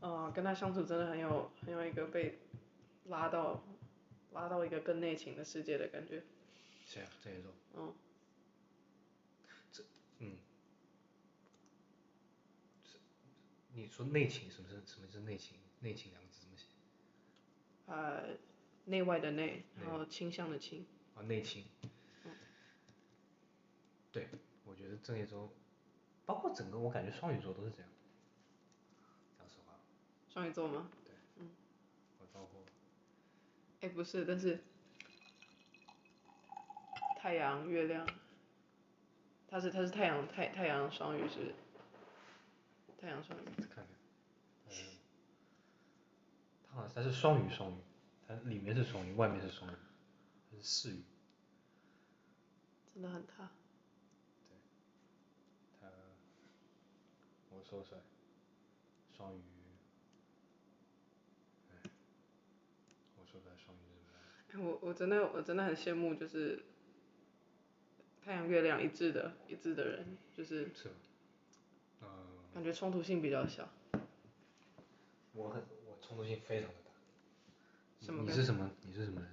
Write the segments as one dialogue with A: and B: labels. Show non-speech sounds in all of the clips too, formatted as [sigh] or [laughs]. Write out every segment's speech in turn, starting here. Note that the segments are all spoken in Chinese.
A: 呃，跟他相处真的很有很有一个被拉到拉到一个更内情的世界的感觉。
B: 谁啊？郑严重。
A: 嗯。
B: 这，嗯。是你说内情，什么是什么是内情？内情两个字怎么写？
A: 呃，内外的内，
B: 内
A: 然后倾向的倾。
B: 啊，内情。对，我觉得郑业洲，包括整个我感觉双鱼座都是这样。讲实话，
A: 双鱼座吗？
B: 我包括
A: 哎，不是，但是太阳、月亮，它是它是太阳太太阳双鱼是太阳双鱼，
B: 看看，嗯，他好像他是双鱼，双鱼，他里面是双鱼，外面是双鱼，他是四鱼，
A: 真的很他。
B: 他我说出来，双鱼，哎，我说出来双鱼是什么？
A: 哎 [laughs] 我我真的我真的很羡慕，就是太阳、月亮一致的一致的人，就是
B: 是吧？嗯。
A: 感觉冲突性比较小。
B: 我很我冲突性非常的大。你
A: 什么
B: 你
A: 感
B: 是什么？你是什么人？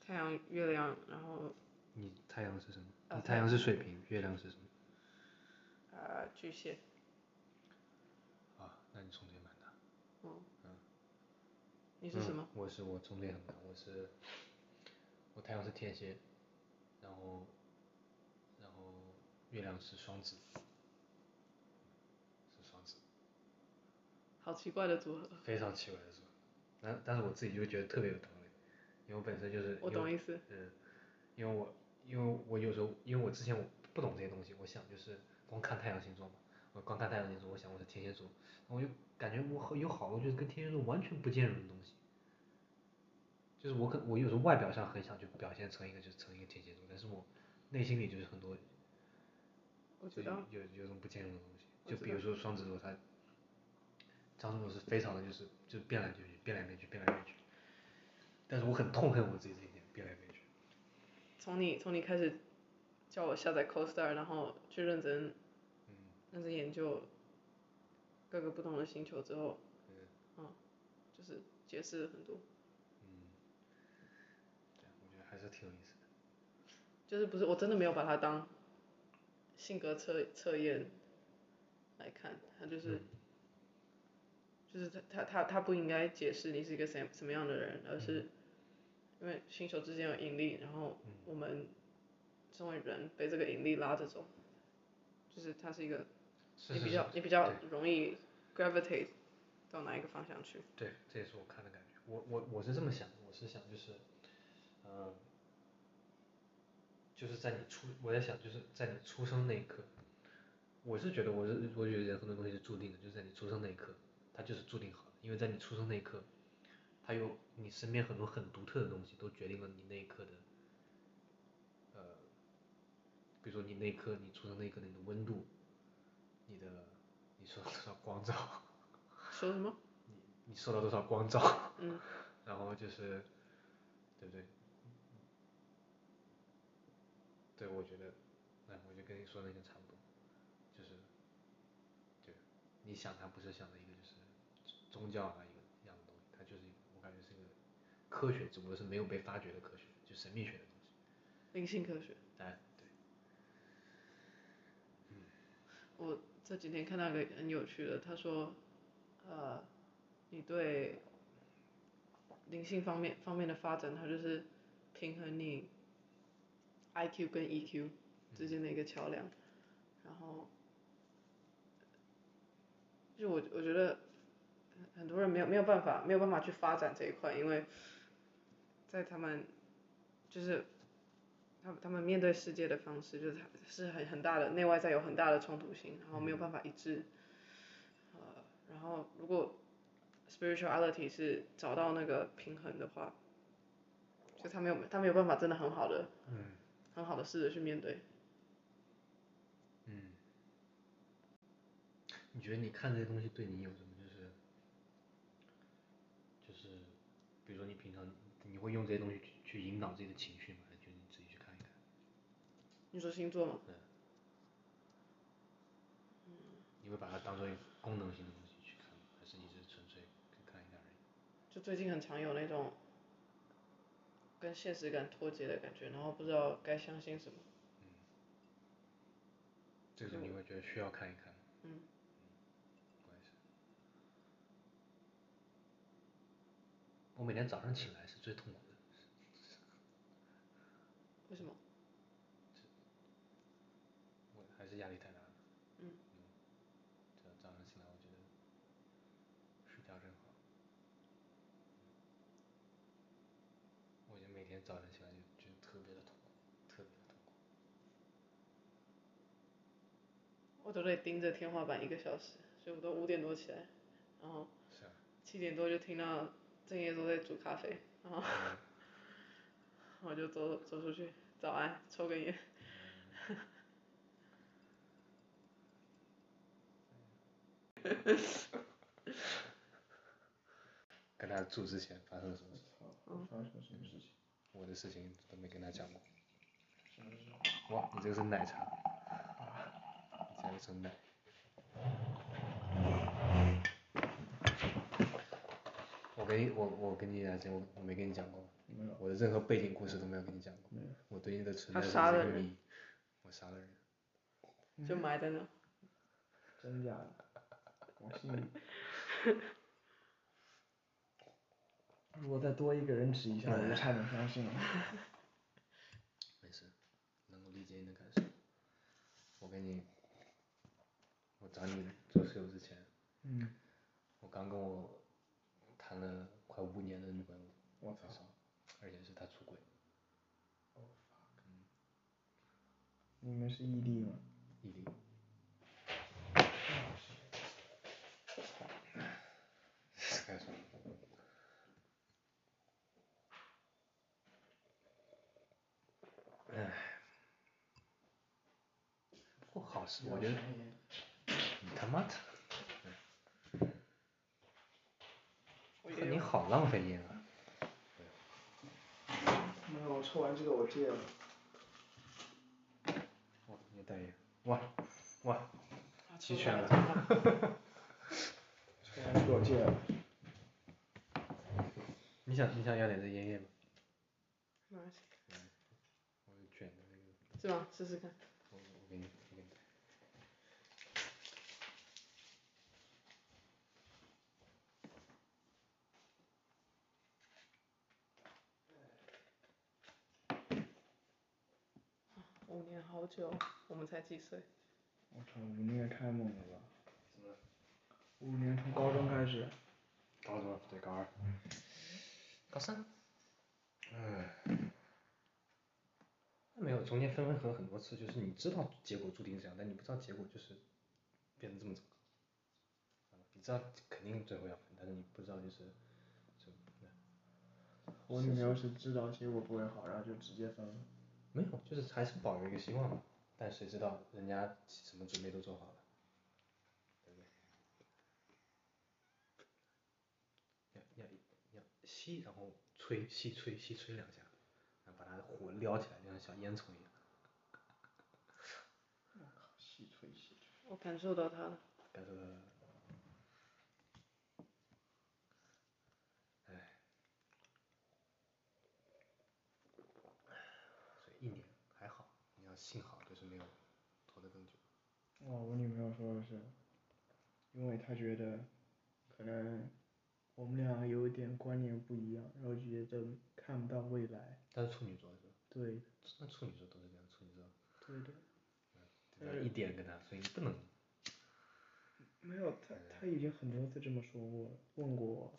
A: 太阳、月亮，然后
B: 你太阳是什么？
A: 啊
B: 你太阳是水瓶，月亮是什么？
A: 呃巨蟹，
B: 啊，那你冲突也蛮大。
A: 你是什么？
B: 嗯？我是我冲突也很大，我是我太阳是天蝎，然后然后月亮是双子，是双子，
A: 好奇怪的组合，
B: 非常奇怪的是吧？但但是我自己就觉得特别有道理，因为我本身就是
A: 我
B: 因为
A: 懂意思。
B: 嗯，因为我因为我有时候因为我之前我不懂这些东西，我想就是光看太阳星座嘛，我光看太阳星座，我想我是天蝎座，我就感觉我好有好多就是跟天蝎座完全不兼容的东西，就是我可我有时候外表上很想去表现成一个就是成一个天蝎座，但是我内心里就是很多
A: 我知
B: 就有
A: 道，
B: 有有种不兼容的东西，
A: 我
B: 就
A: 知
B: 比如说双子座，他双子座是非常的就是就变来变去，变来变去，变来变去，但是我很痛恨我自己这一点，变来变去。
A: 从你从你开始叫我下载 CoStar，然后去认真
B: 嗯。
A: 认真研究各个不同的星球之后，嗯，就是解释了很多，
B: 嗯，对，我觉得还是挺有意思的。
A: 就是不是我真的没有把它当性格测测验来看，它
B: 嗯
A: 就是、就是它它它它不应该解释你是一个什什么样的人，而
B: 嗯
A: 是因为星球之间有引力，然后我们身为人被这个引力拉着走，就是它是一个。
B: 是
A: 你
B: 是
A: 比
B: 是，
A: 较你比较容易 gravitate 到哪一个方向去？
B: 对，这也是我看的感觉。我我我是这么想的，我是想就是，嗯，就是在你出，我在想就是在你出生那一刻，我是觉得我是我觉得人很多东西是注定的，就是在你出生那一刻，它就是注定好的，因为在你出生那一刻，它有你身边很多很独特的东西，都决定了你那一刻的，呃，比如说你那一刻你出生那一刻的你的温度，你的你受到多少光照。
A: 说什么？
B: 你你受到多少光照，
A: 嗯，
B: [laughs] 然后就是，对不对？对，我觉得，哎，我就跟你说那个差不多，就是，对，你想它不是想的一个就是宗教啊一个样的东西，它就是一个我感觉是一个科学，只不过是没有被发掘的科学，就神秘学的东西。
A: 灵性科学。
B: 哎，对，
A: 我这几天看到一个很有趣的，他说，呃，你对灵性方面方面的发展，它就是平衡你 IQ 跟 E EQ 之间的一个桥梁。然后，就我我觉得很很多人没有没有办法没有办法去发展这一块，因为在他们就是他们他们面对世界的方式，就是他是很很大的内外在有很大的冲突性，然后没有办法一致。呃，然后如果 spirituality 是找到那个平衡的话，就他没有他没有办法真的很好的，
B: 嗯
A: 很好的试着去面对。
B: 嗯，你觉得你看这些东西对你有什么就是，就是，比如说你平常你会用这些东西去去引导自己的情绪吗？还是就你自己去看一看？
A: 你说星座吗？
B: 你会把它当做一个功能性的东西去看吗？还是你是纯粹
A: 就最近很常有那种跟现实感脱节的感觉，然后不知道该相信什么。
B: 这个时候你会觉得需要看一嗯看。
A: 嗯
B: 我也是。我每天早上起来是最痛苦的，
A: 为什么？
B: 我还是压力太大了。
A: 嗯
B: 这早上起来，我觉得睡觉真好。我就每天早上起来就觉得特别的痛苦，特别的痛苦。
A: 我都得盯着天花板一个小时，所以我都五点多起来，然后
B: 是啊。
A: 七点多就听到郑业都在煮咖啡，然后
B: 嗯
A: [laughs] 我就走走出去，早安，抽根烟。
B: 跟他住之前发生了什么事？
C: 操，发生什么事情？
B: 我的事情都没跟他讲过。
C: 什么事情？
B: 哇，你这个是奶茶，你加了层奶。我跟你我我跟你讲，我我没跟你讲过，
C: 没有，
B: 我的任何背景故事都没有跟你讲过。
C: 没有。
B: 我对你的存
A: 他
B: 在是
A: 杀
B: 一
A: 了
B: 个
A: 人
B: 谜。我杀了人，嗯
A: 就埋在那。
C: 真假的？我信
B: [laughs]
C: 你。如果再多一个人指一下，我就差点相信了。
B: [laughs] 没事，能够理解你的感受。我跟你，我找你做室友之前，
C: 嗯，
B: 我刚跟我谈了快五年的女朋友
C: 我
B: 分手
C: 操，，
B: 而且是她出轨，
C: 你们是异地吗？
B: 异地。开始。唉，不好事，我觉得你他妈的，
A: 我也
B: 你
A: 有，
B: 好浪费烟啊！
C: 没有，我抽完这个我戒了。
B: 哇，你带烟，哇哇，
A: 啊
B: 齐全了。
A: 抽到抽到
C: 抽完这个我戒了。
B: 你想你想要点这烟叶吗？
A: 没关系
B: 我有卷的那个，
A: 是吗？试试看。
B: 我我给你我给你带。
A: 五年好久，我们才几岁？
C: 我操，五年也太猛了吧！五年从高中开始，
B: 高中对高二，高三，嗯，没有，中间分分合合很多次，就是你知道结果注定是这样，但你不知道结果就是变得这么糟糕。啊你知道肯定最后要分，但是你不知道就是就
C: 我女朋友是知道结果不会好，然后就直接分了。
B: 没有，就是还是保留一个希望嘛。但谁知道人家什么准备都做好了，对不对？要要要吸，然后吹，细吹，细吹两下，然后把它的火撩起来，就像小烟囱一样，
C: 细吹细吹。
A: 我感受到他了。
B: 感受到了。唉，所以一年还好，你要幸好就是没有拖得更久。
C: 哇，哦我女朋友说的是，因为她觉得可能我们俩有点观念不一样，然后就觉得看不到未来。
B: 但是处女座是吧？
C: 对，
B: 那处女座都是这样，处女座
C: 对的，
B: 对吧一点跟他，所以你不能。
C: 没有，她她已经很多次这么说过了，问过我。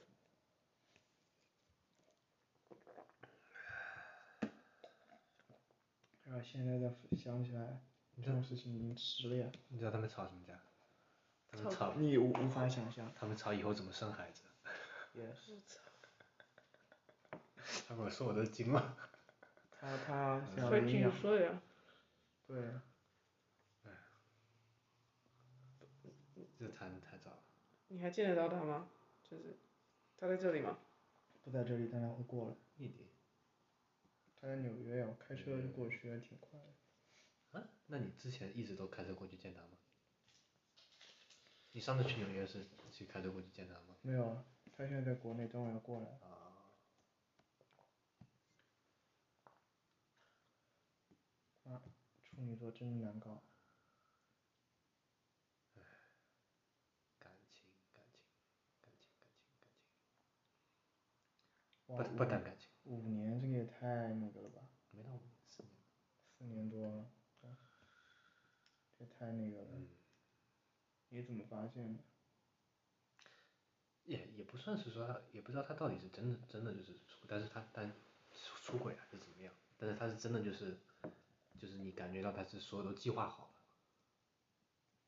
C: 然后现在再想起来，
B: 你知
C: 这
B: 道
C: 种事情已经失恋，
B: 你知道他们吵什么架？他们
A: 吵
B: 吵，
C: 你无无法想象。
B: 他们吵以后怎么生孩子。
C: Yes，
A: 我操！
B: 他跟我说我都惊了。
C: 她她
B: 啊
C: 想
A: 会
C: 领
A: 继续
C: 养，
A: 说呀。
C: 对，
B: 这谈得太早了。
A: 你还见得到他吗？就是他在这里吗？
C: 不在这里，但她会过来。
B: 一年
C: 他在纽约呀，我开车就过去，挺快的。
B: 啊？那你之前一直都开车过去见他吗？你上次去纽约是去开车过去见他吗？
C: 没有啊，他现在在国内，等我要过来。
B: 啊，
C: 处女座真的难搞，
B: 感情感情感情感情感情，
C: 哇，
B: 不不谈感情，
C: 五五年这个也太那个了吧，
B: 没到五年四年，
C: 四年多了，哇这太那个了。
B: 嗯，
C: 你怎么发现的？
B: 也也不算是说他，也不知道他到底是真的真的就是出，但是他但出出轨还是怎么样，但是他是真的就是就是你感觉到他是所有都计划好了。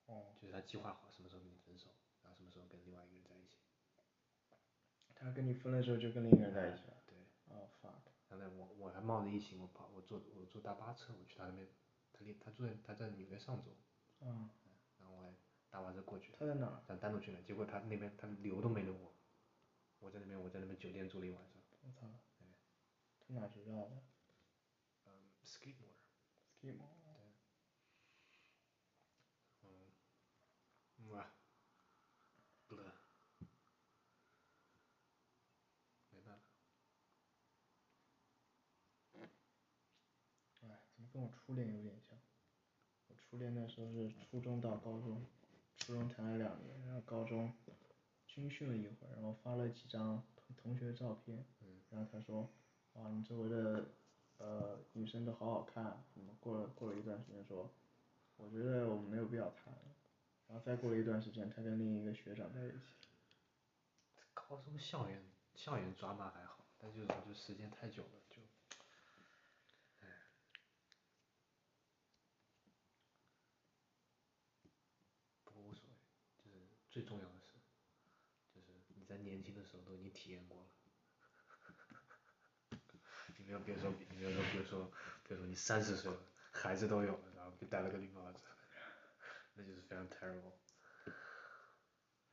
C: 哦，
B: 就是他计划好什么时候跟你分手，然后什么时候跟另外一个人在一起。
C: 他跟你分了之后就跟另一个人在一起了。
B: 对，
C: 哦，fuck，
B: 然后呢我我还冒着疫情，我跑我坐我坐大巴车，我去他那边，他离他住在他在纽约上州，
C: 嗯，
B: 然后我还大巴车过去，
C: 他在哪儿？
B: 想单独去呢，结果他那边他留都没留我，我在那边我在那边酒店住了一晚上。
C: 我操，哎他哪知道的
B: 嗯，skateboard，
C: ？Skimo，
B: 嗯，嗯啊，不乐，没办法，
C: 哎，怎么跟我初恋有点像？我初恋那时候是初中到高中，初中谈了两年，然后高中军训了一会儿，然后发了几张同同学照片，
B: 嗯
C: 然后他说，哇，你周围的呃女生都好好看，啊怎么过了过了一段时间说，我觉得我们没有必要谈了，然后再过了一段时间，他跟另一个学长在一起，
B: 高中校园校园抓马还好，但就是说就时间太久了，就哎不过无所谓，就是最重要的是，就是你在年轻的时候都已经体验过了。 [laughs] 你没有别说，你没有说，比如说，比如说你三十岁了，孩子都有了，然后给戴了个绿帽子， [laughs] 那就是非常 terrible。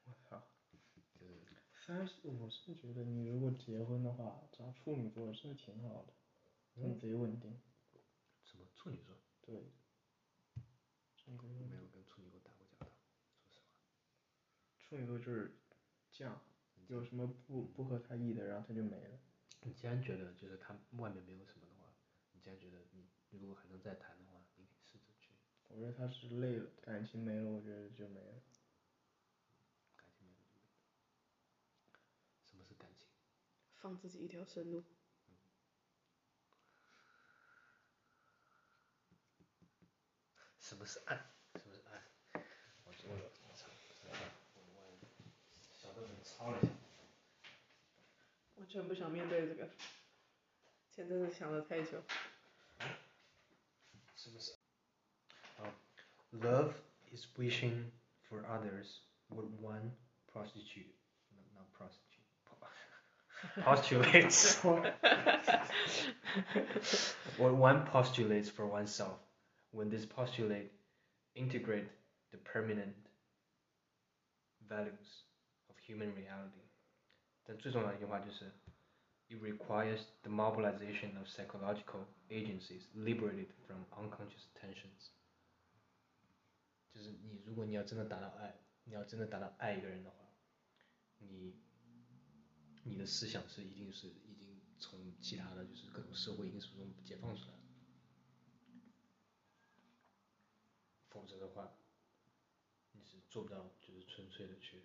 C: 我操。
B: 就是
C: 三十，我是觉得你如果结婚的话，找处女座是挺好的，真的贼稳定。
B: 什么处女座，
C: 对，真的
B: 我
C: 稳
B: 没
C: 定
B: 有跟处女座打过交道，说实话。
C: 处女座就是这样，
B: 你
C: 有
B: 既
C: 什么不不合他意的，然后他就没了。
B: 你既然觉得就是他外面没有什么的话，你既然觉得你如果还能再谈的话，你可以试着去
C: 我觉得他是累了，感情没了，我觉得就没了。
B: 感情面对面。什么是感情？
A: 放自己一条生路。
B: 什么是爱？什么是爱？我我我操！我我小豆本抄了一下。
A: 完全不想面对这个，前阵子想了太久。
B: 什么是？啊，love is wishing for others what one prostitute no, not prostitute [laughs] postulates for what one postulates for oneself when this postulate integrate the permanent values of human reality. 但最重要的一句话就是，It requires the mobilization of psychological agencies liberated from unconscious tensions。就是你，如果你要真的达到爱，你要真的达到爱一个人的话，你你的思想是一定是已经从其他的就是各种社会因素中解放出来了，否则的话，你是做不到就是纯粹的去